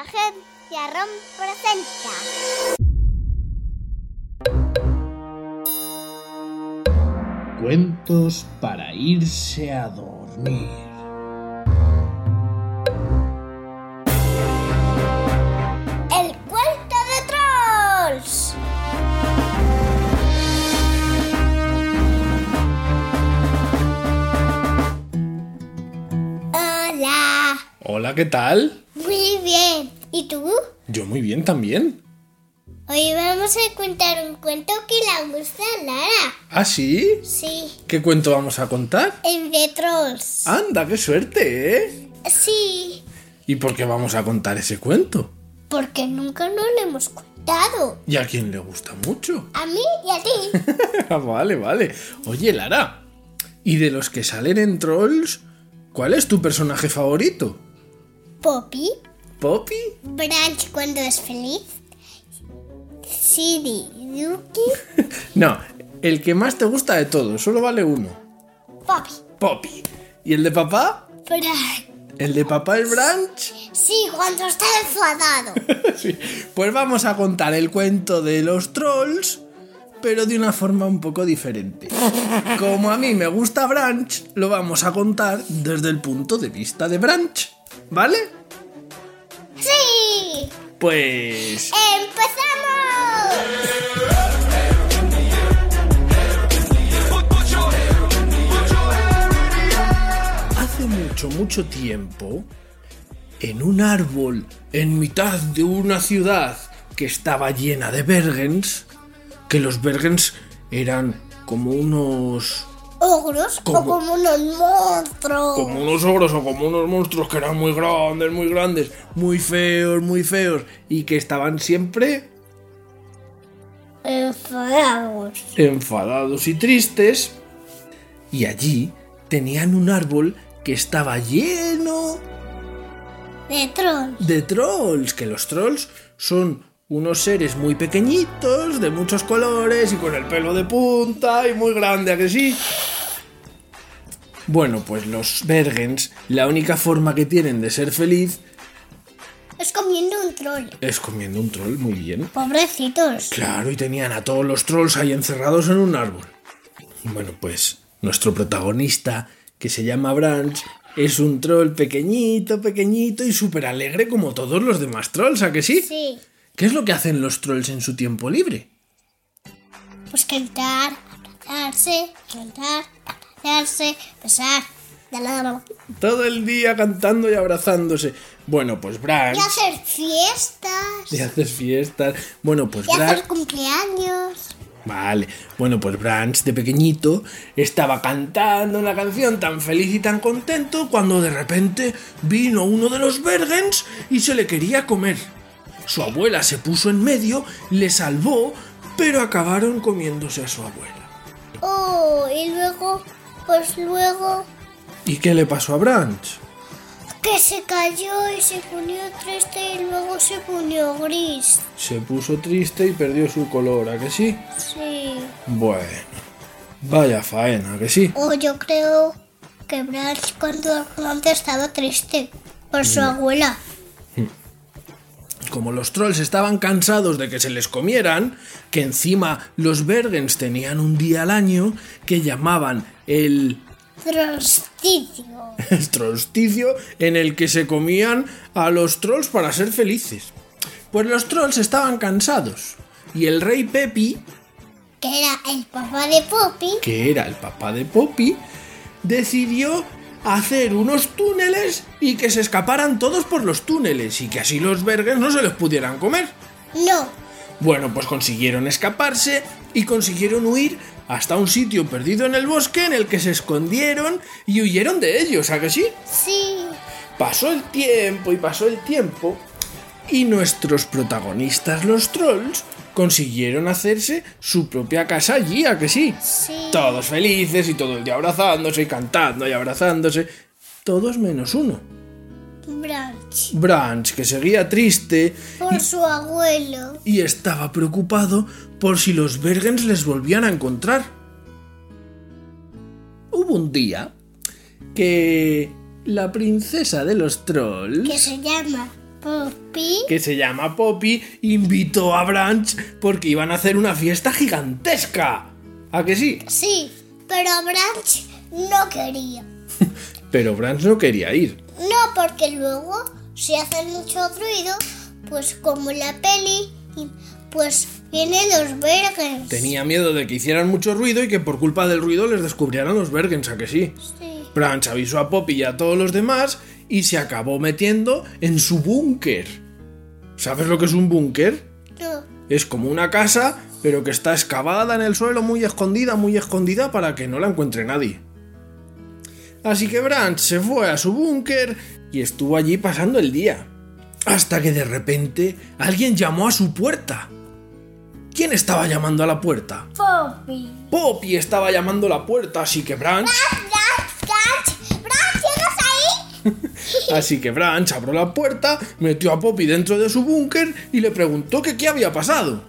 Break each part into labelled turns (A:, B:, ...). A: Agencia ROM presenta.
B: Cuentos para irse a dormir.
A: El cuento de trolls. Hola.
B: Hola, ¿qué tal?
A: Muy bien. ¿Y tú?
B: Yo muy bien también.
A: Hoy vamos a contar un cuento que le gusta a Lara.
B: ¿Ah, sí?
A: Sí.
B: ¿Qué cuento vamos a contar?
A: El de trolls.
B: Anda, qué suerte, ¿eh?
A: Sí.
B: ¿Y por qué vamos a contar ese cuento?
A: Porque nunca nos lo hemos contado.
B: Y a quien le gusta mucho.
A: A mí y a ti.
B: vale, vale. Oye, Lara, ¿y de los que salen en Trolls, cuál es tu personaje favorito?
A: Poppy.
B: ¿Poppy?
A: Branch cuando es feliz. Siri, Yuki,
B: No, el que más te gusta de todos, solo vale uno.
A: Poppy.
B: Poppy. ¿Y el de papá?
A: Branch.
B: ¿El de papá es Branch?
A: Sí, cuando está enfadado.
B: Sí. Pues vamos a contar el cuento de los trolls, pero de una forma un poco diferente. Como a mí me gusta Branch, lo vamos a contar desde el punto de vista de Branch, ¿vale?
A: ¡Sí!
B: Pues...
A: ¡Empezamos!
B: Hace mucho, mucho tiempo, en un árbol, en mitad de una ciudad que estaba llena de bergens, que los bergens eran como unos
A: Ogros
B: ¿Cómo?
A: o como unos monstruos.
B: como unos ogros o como unos monstruos que eran muy grandes, muy grandes, muy feos, muy feos, y que estaban siempre
A: Enfadados.
B: enfadados y tristes. Y allí tenían un árbol que estaba lleno
A: De troll.
B: de trolls, que los trolls son unos seres muy pequeñitos, de muchos colores y con el pelo de punta y muy grande, ¿a que sí? Bueno, pues los Bergens, la única forma que tienen de ser feliz
A: Es comiendo un troll.
B: es comiendo un troll, muy bien.
A: Pobrecitos.
B: Claro, y tenían a todos los trolls ahí encerrados en un árbol. Y bueno, pues nuestro protagonista, que se llama Branch, es un troll pequeñito, pequeñito y súper alegre como todos los demás trolls, ¿a que sí?
A: Sí.
B: ¿Qué es lo que hacen los trolls en su tiempo libre?
A: Pues cantar, abrazarse, cantar, abrazarse, besar. Da la la- la-
B: Todo el día cantando y abrazándose. Bueno, pues Branch...
A: Y hacer fiestas.
B: Y haces fiestas. Bueno, pues
A: Y
B: Branch...
A: hacer cumpleaños.
B: Vale, bueno, pues Branch de pequeñito estaba cantando una canción tan feliz y tan contento cuando de repente vino uno de los Bergens y se le quería comer. Su abuela se puso en medio, le salvó, pero acabaron comiéndose a su abuela.
A: Oh, y luego, pues luego,
B: ¿Y qué le pasó a Branch?
A: que se cayó y se ponió triste y luego se ponió gris.
B: Se puso triste y perdió su color, ¿a que sí?
A: Sí.
B: Bueno, vaya faena, ¿a que sí?
A: O yo creo que Branch cuando antes estaba triste por su abuela.
B: Como los trolls estaban cansados de que se les comieran, que encima los Bergens tenían un día al año que llamaban el,
A: Trosticio.
B: el trolsticio en el que se comían a los trolls para ser felices. Pues los trolls estaban cansados y el rey Pepi,
A: Que era el papá de Poppy.
B: que era el papá de Poppy, decidió hacer unos túneles y que se escaparan todos por los túneles y que así los Bergens no se los pudieran comer.
A: No.
B: Bueno, pues consiguieron escaparse y consiguieron huir hasta un sitio perdido en el bosque en el que se escondieron y huyeron de ellos, ¿a que sí?
A: Sí.
B: Pasó el tiempo y pasó el tiempo y nuestros protagonistas, los trolls, consiguieron hacerse su propia casa allí, ¿a que sí?
A: Sí.
B: Todos felices y todo el día abrazándose y cantando y abrazándose. Todos menos uno.
A: Branch.
B: Branch, que seguía triste
A: Por su abuelo.
B: y estaba preocupado por si los Bergens les volvían a encontrar. Hubo un día que la princesa de los trolls...
A: Que se llama Poppy.
B: que se llama Poppy, invitó a Branch porque iban a hacer una fiesta gigantesca. ¿A que sí?
A: Sí, pero Branch no quería.
B: Pero Branch no quería ir.
A: No, porque luego, si hacen mucho ruido, pues como la peli, pues vienen los vergas.
B: Tenía miedo de que hicieran mucho ruido y que por culpa del ruido les descubrieran los Bergens, ¿a que sí?
A: Sí.
B: Branch avisó a Poppy y a todos los demás y se acabó metiendo en su búnker. ¿Sabes lo que es un búnker?
A: No,
B: Es como una casa, pero que está excavada en el suelo, muy escondida, muy escondida, para que no la encuentre nadie. Así que Branch se fue a su búnker y estuvo allí pasando el día. Hasta que de repente alguien llamó a su puerta. ¿Quién estaba llamando a la puerta?
A: Poppy. Ah,
B: Poppy estaba llamando a la puerta, así que Branch.
A: Branch, Branch, Branch, ¿llegas ahí?
B: Así que Branch abrió la puerta, metió a Poppy dentro de su búnker y le preguntó que qué había pasado.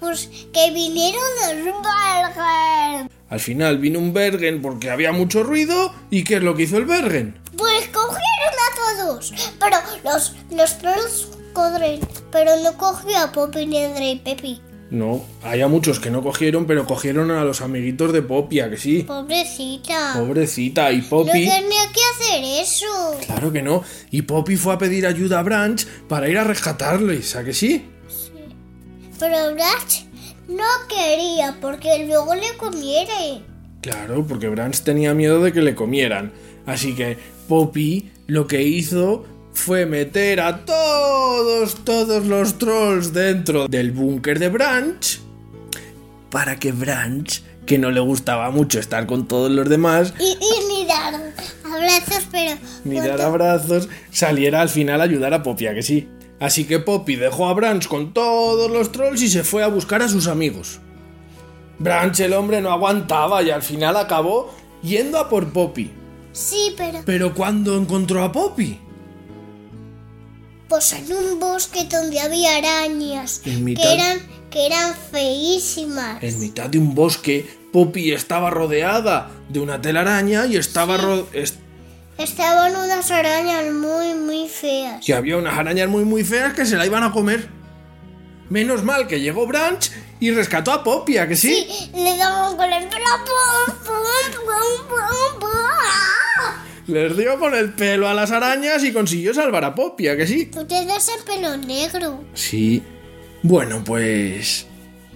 A: Pues que vinieron los vergas.
B: Al final vino un Bergen porque había mucho ruido. ¿Y qué es lo que hizo el Bergen?
A: Pues cogieron a todos. Pero los, los trolls corren. Pero no cogió a Poppy ni a Andrei Pepi.
B: No, había muchos que no cogieron, pero cogieron a los amiguitos de Poppy, ¿a que sí?
A: Pobrecita.
B: Pobrecita, y
A: No
B: Poppy...
A: tenía que hacer eso.
B: Claro que no. Y Poppy fue a pedir ayuda a Branch para ir a rescatarles, ¿a que sí?
A: Pero Branch no quería porque luego le comieron.
B: Claro, porque Branch tenía miedo de que le comieran. Así que Poppy lo que hizo fue meter a todos, todos los trolls dentro del búnker de Branch. Para que Branch, que no le gustaba mucho estar con todos los demás,
A: Y, y ni dar abrazos, pero.
B: ni dar abrazos, saliera al final a ayudar a Poppy, a que sí. Así que Poppy dejó a Branch con todos los trolls y se fue a buscar a sus amigos. Branch el hombre no aguantaba y al final acabó yendo a por Poppy.
A: Sí, pero.
B: Pero cuando encontró a Poppy,
A: Pues en un bosque donde había arañas.
B: En
A: Que
B: mitad-
A: eran, que eran feísimas.
B: en mitad de un bosque, Poppy estaba rodeada de una telaraña y estaba ro- es-
A: Estaban unas arañas muy, muy feas.
B: y había unas arañas muy muy feas que se la iban a comer. Menos mal que llegó Branch y rescató a Poppy, ¿a que sí?
A: Y le daban con el pelo. ¡Pum, pum, pum, pum, pum! ¡Ah!
B: Les dio con el pelo a las arañas y consiguió salvar a Poppy, ¿a que sí?
A: Tú te das el pelo negro.
B: Sí. Bueno, pues.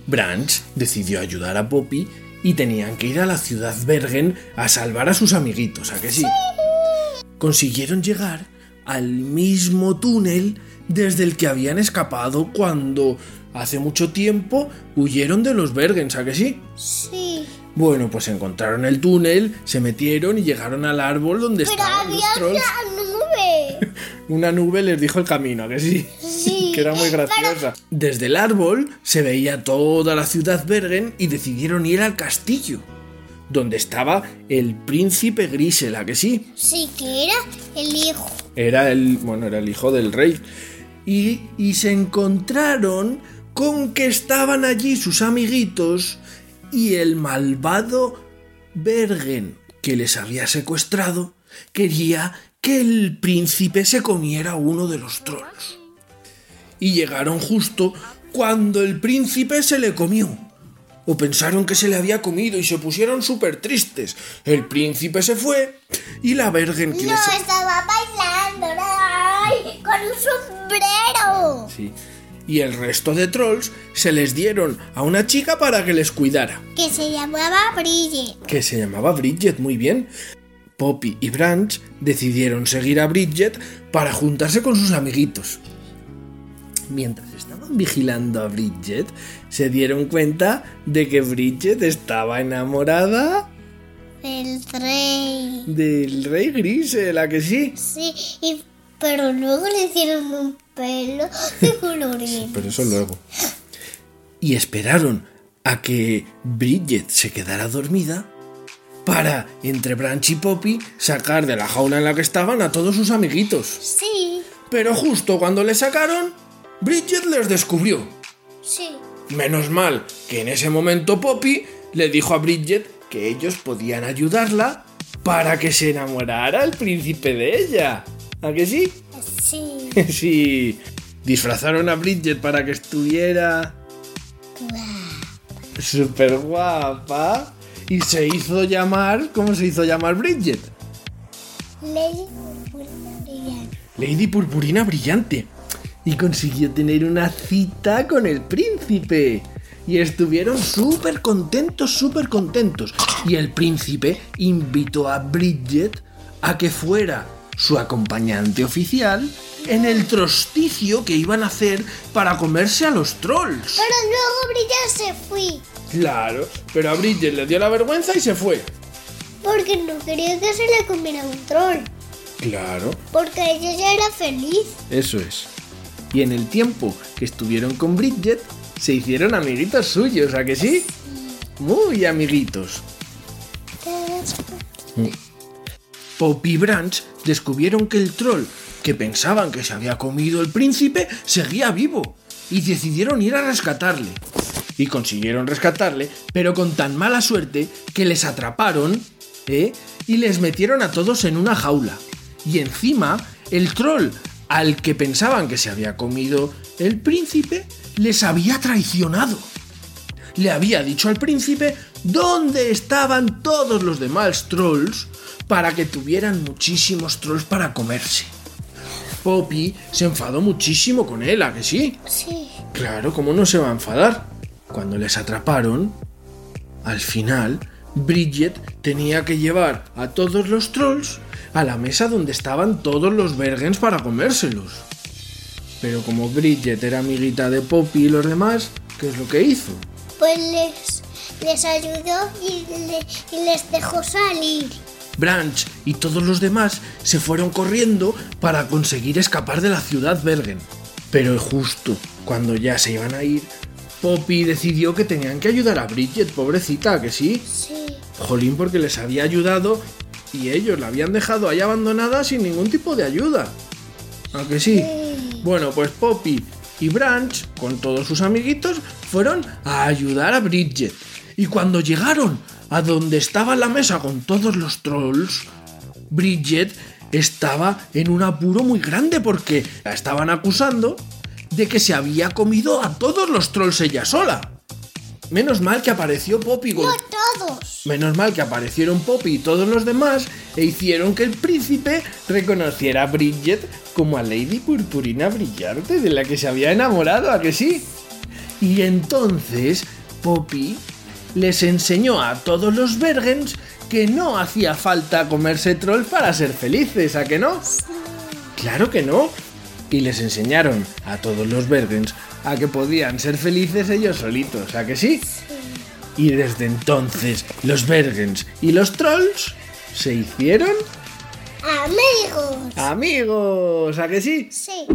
B: Branch decidió ayudar a Poppy y tenían que ir a la ciudad Bergen a salvar a sus amiguitos, ¿a que sí? Consiguieron llegar al mismo túnel desde el que habían escapado cuando hace mucho tiempo huyeron de los Bergens, ¿a que sí?
A: Sí.
B: Bueno, pues encontraron el túnel, se metieron y llegaron al árbol donde
A: Pero
B: estaban los
A: había
B: trolls.
A: una nube.
B: Una nube les dijo el camino, ¿a que sí?
A: Sí,
B: que era muy graciosa. Desde el árbol se veía toda la ciudad Bergen y decidieron ir al castillo, donde estaba el príncipe Grisel, ¿a que sí?
A: Sí, que era el hijo.
B: Era el, bueno, era el hijo del rey. Y, y se encontraron con que estaban allí sus amiguitos y el malvado Bergen, que les había secuestrado, quería que el príncipe se comiera uno de los trolls. Y llegaron justo cuando el príncipe se le comió. O pensaron que se le había comido y se pusieron súper tristes. El príncipe se fue y la Bergen que
A: No,
B: les-
A: estaba bailando ¡ay! con un sombrero.
B: Sí. Y el resto de trolls se les dieron a una chica para que les cuidara,
A: Que se llamaba Bridget.
B: que se llamaba Bridget, muy bien. Poppy y Branch decidieron seguir a Bridget para juntarse con sus amiguitos. Mientras estaban vigilando a Bridget, se dieron cuenta de que Bridget estaba enamorada
A: del rey.
B: Del rey gris, eh, la que sí.
A: Sí, y, pero luego le hicieron un pelo de colorines.
B: Pero eso luego. Y esperaron a que Bridget se quedara dormida para, entre Branch y Poppy, sacar de la jaula en la que estaban a todos sus amiguitos.
A: Sí,
B: Pero justo cuando le sacaron, Bridget les descubrió.
A: sí.
B: Menos mal que en ese momento Poppy le dijo a Bridget que ellos podían ayudarla para que se enamorara el príncipe de ella. ¿A que sí?
A: Sí,
B: Sí. Disfrazaron a Bridget para que estuviera súper guapa. Y se hizo llamar... ¿Cómo se hizo llamar Bridget?
A: Ley Purpurina Brillante.
B: Lady Purpurina Brillante. Y consiguió tener una cita con el príncipe. Y estuvieron súper contentos, súper contentos. Y el príncipe invitó a Bridget a que fuera su acompañante oficial en el trosticio que iban a hacer para comerse a los trolls.
A: Pero luego Brilla se fue
B: Claro, pero a Bridget le dio la vergüenza y se fue.
A: porque no quería que se le comiera un troll.
B: Claro,
A: Porque ella ya era feliz.
B: Eso es. Y en el tiempo que estuvieron con Bridget, se hicieron amiguitos suyos, ¿a que sí? Muy amiguitos. Poppy y Branch descubrieron que el troll, que pensaban que se había comido el príncipe, seguía vivo. Y decidieron ir a rescatarle. Y consiguieron rescatarle, pero con tan mala suerte que les atraparon, ¿eh? Y les metieron a todos en una jaula. Y encima, el troll al que pensaban que se había comido el príncipe, les había traicionado le había dicho al príncipe dónde estaban todos los demás trolls para que tuvieran muchísimos trolls para comerse. Poppy se enfadó muchísimo con él, ¿a que sí?
A: Sí.
B: Claro, ¿cómo no se va a enfadar? Cuando les atraparon, al final, Bridget tenía que llevar a todos los trolls a la mesa donde estaban todos los Bergens para comérselos. Pero como Bridget era amiguita de Poppy y los demás, ¿qué es lo que hizo?
A: Pues les, les ayudó y, le- y les dejó salir.
B: Branch y todos los demás se fueron corriendo para conseguir escapar de la ciudad Bergen. Pero justo cuando ya se iban a ir, Poppy decidió que tenían que ayudar a Bridget, pobrecita, ¿a que sí.
A: Sí.
B: Jolín, porque les había ayudado y ellos la habían dejado ahí abandonada sin ningún tipo de ayuda. ¿A que sí? Bueno, pues Poppy y Branch, con todos sus amiguitos, fueron a ayudar a Bridget. Y cuando llegaron a donde estaba la mesa con todos los trolls, Bridget estaba en un apuro muy grande porque la estaban acusando de que se había comido a todos los trolls ella sola. Menos mal que apareció Poppy
A: No
B: gol-
A: todos.
B: Menos mal que aparecieron Poppy y todos los demás e hicieron que el príncipe reconociera a Bridget como a Lady Purpurina Brillante de la que se había enamorado, ¿a que sí? Y entonces Poppy les enseñó a todos los Bergens que no hacía falta comerse troll para ser felices, ¿a que no? Claro que no. Y les enseñaron a todos los Bergens a que podían ser felices ellos solitos, ¿a que sí? Y desde entonces los Bergens y los Trolls se hicieron
A: Amigos.
B: amigos, ¿a que sí?
A: Sí.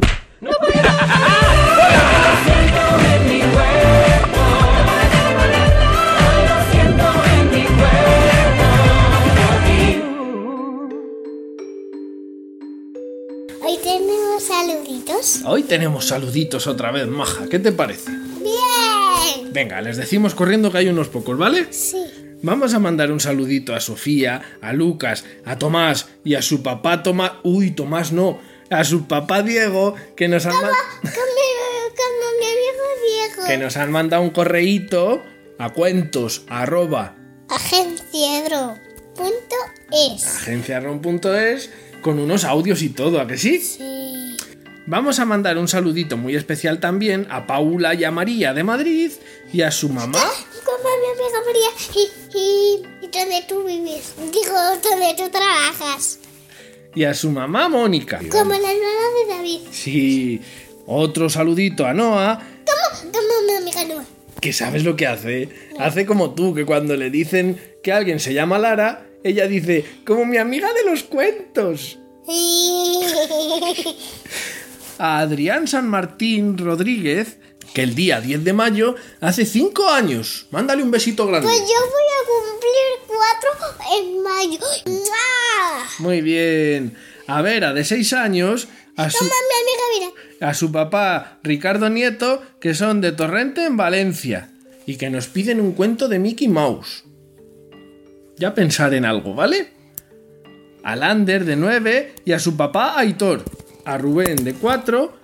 A: Hoy tenemos saluditos.
B: Hoy tenemos saluditos otra vez, Maja, ¿qué te parece?
A: Bien.
B: Venga, les decimos corriendo que hay unos pocos, ¿vale?
A: Sí.
B: Vamos a mandar un saludito a Sofía, a Lucas, a Tomás y a su papá Tomás... Uy, Tomás no, a su papá Diego, que nos han... ma-
A: Como, como mi amigo Diego.
B: que nos han mandado un correíto a cuentos arroba
A: Agenciero.es.
B: agenciarron.es con unos audios y todo, ¿a que sí?
A: Sí.
B: Vamos a mandar un saludito muy especial también a Paula y a María de Madrid y a su mamá.
A: Como mi amiga María y, y, y donde tú vives. Digo, donde tú trabajas.
B: Y a su mamá Mónica.
A: Como la hermana de David.
B: Sí, otro saludito a Noah,
A: Como, como mi amiga Noa.
B: que sabes lo que hace. Hace como tú, que cuando le dicen que alguien se llama Lara, Ella dice, como mi amiga de los cuentos. A Adrián San Martín Rodríguez, que el día 10 de mayo, hace 5 años. Mándale un besito grande.
A: Pues yo voy a cumplir cuatro en mayo. ¡Mua!
B: Muy bien. A Vera, de 6 años, a su,
A: Toma, mi amiga, mira.
B: a su papá Ricardo Nieto, que son de Torrente en Valencia, y que nos piden un cuento de Mickey Mouse. Ya pensar en algo, ¿vale? A Lander, de 9, y a su papá Aitor, a Rubén, de 4,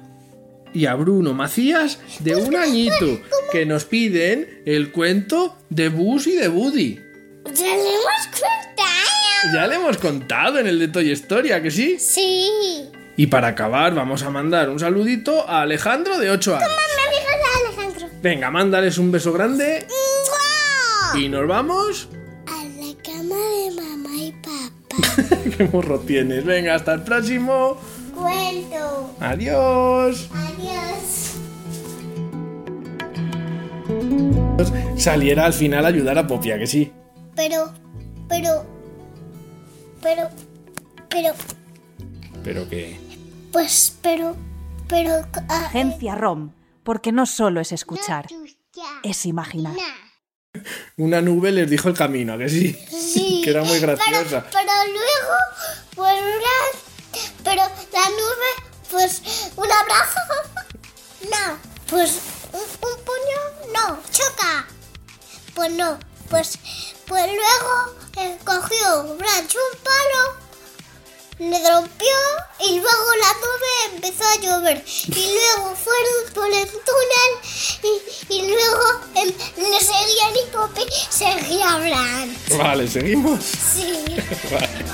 B: y a Bruno Macías, de un añito, que nos piden el cuento de Bus y de Woody.
A: Tenemos cumpleaños.
B: Ya le hemos contado en el de Toy Story, ¿a que sí?
A: Sí.
B: Y para acabar, vamos a mandar un saludito a Alejandro, de 8 años.
A: Toma, mi amiga, la Alejandro.
B: Venga, mándales un beso grande
A: ¡Mua!
B: y nos vamos.
A: A la cama de mamá y papá.
B: ¡Qué morro tienes! Venga, hasta el próximo.
A: Cuento.
B: Adiós.
A: Adiós.
B: Saliera al final a ayudar a Popia, que sí.
A: Pero, pero, pero, pero,
B: Pero que...
A: pues, pero, pero. ah,
C: Agencia ROM, porque no solo es escuchar,
A: chucha.
C: es imaginar.
B: Una nube les dijo el camino, ¿a que sí.
A: Sí.
B: que era muy
A: Pero-
B: graciosa.
A: Pero, luego, pues una. Pero la nube, pues un abrazo. No. Pues un, un puño, no. Choca. Pues no. Pues, pues luego eh, cogió Branch un palo, le rompió y luego la nube empezó a llover. Y luego fueron por el túnel y, y luego em, le seguían y Poppy seguía Branch.
B: Vale, seguimos.
A: Sí.
B: Vale.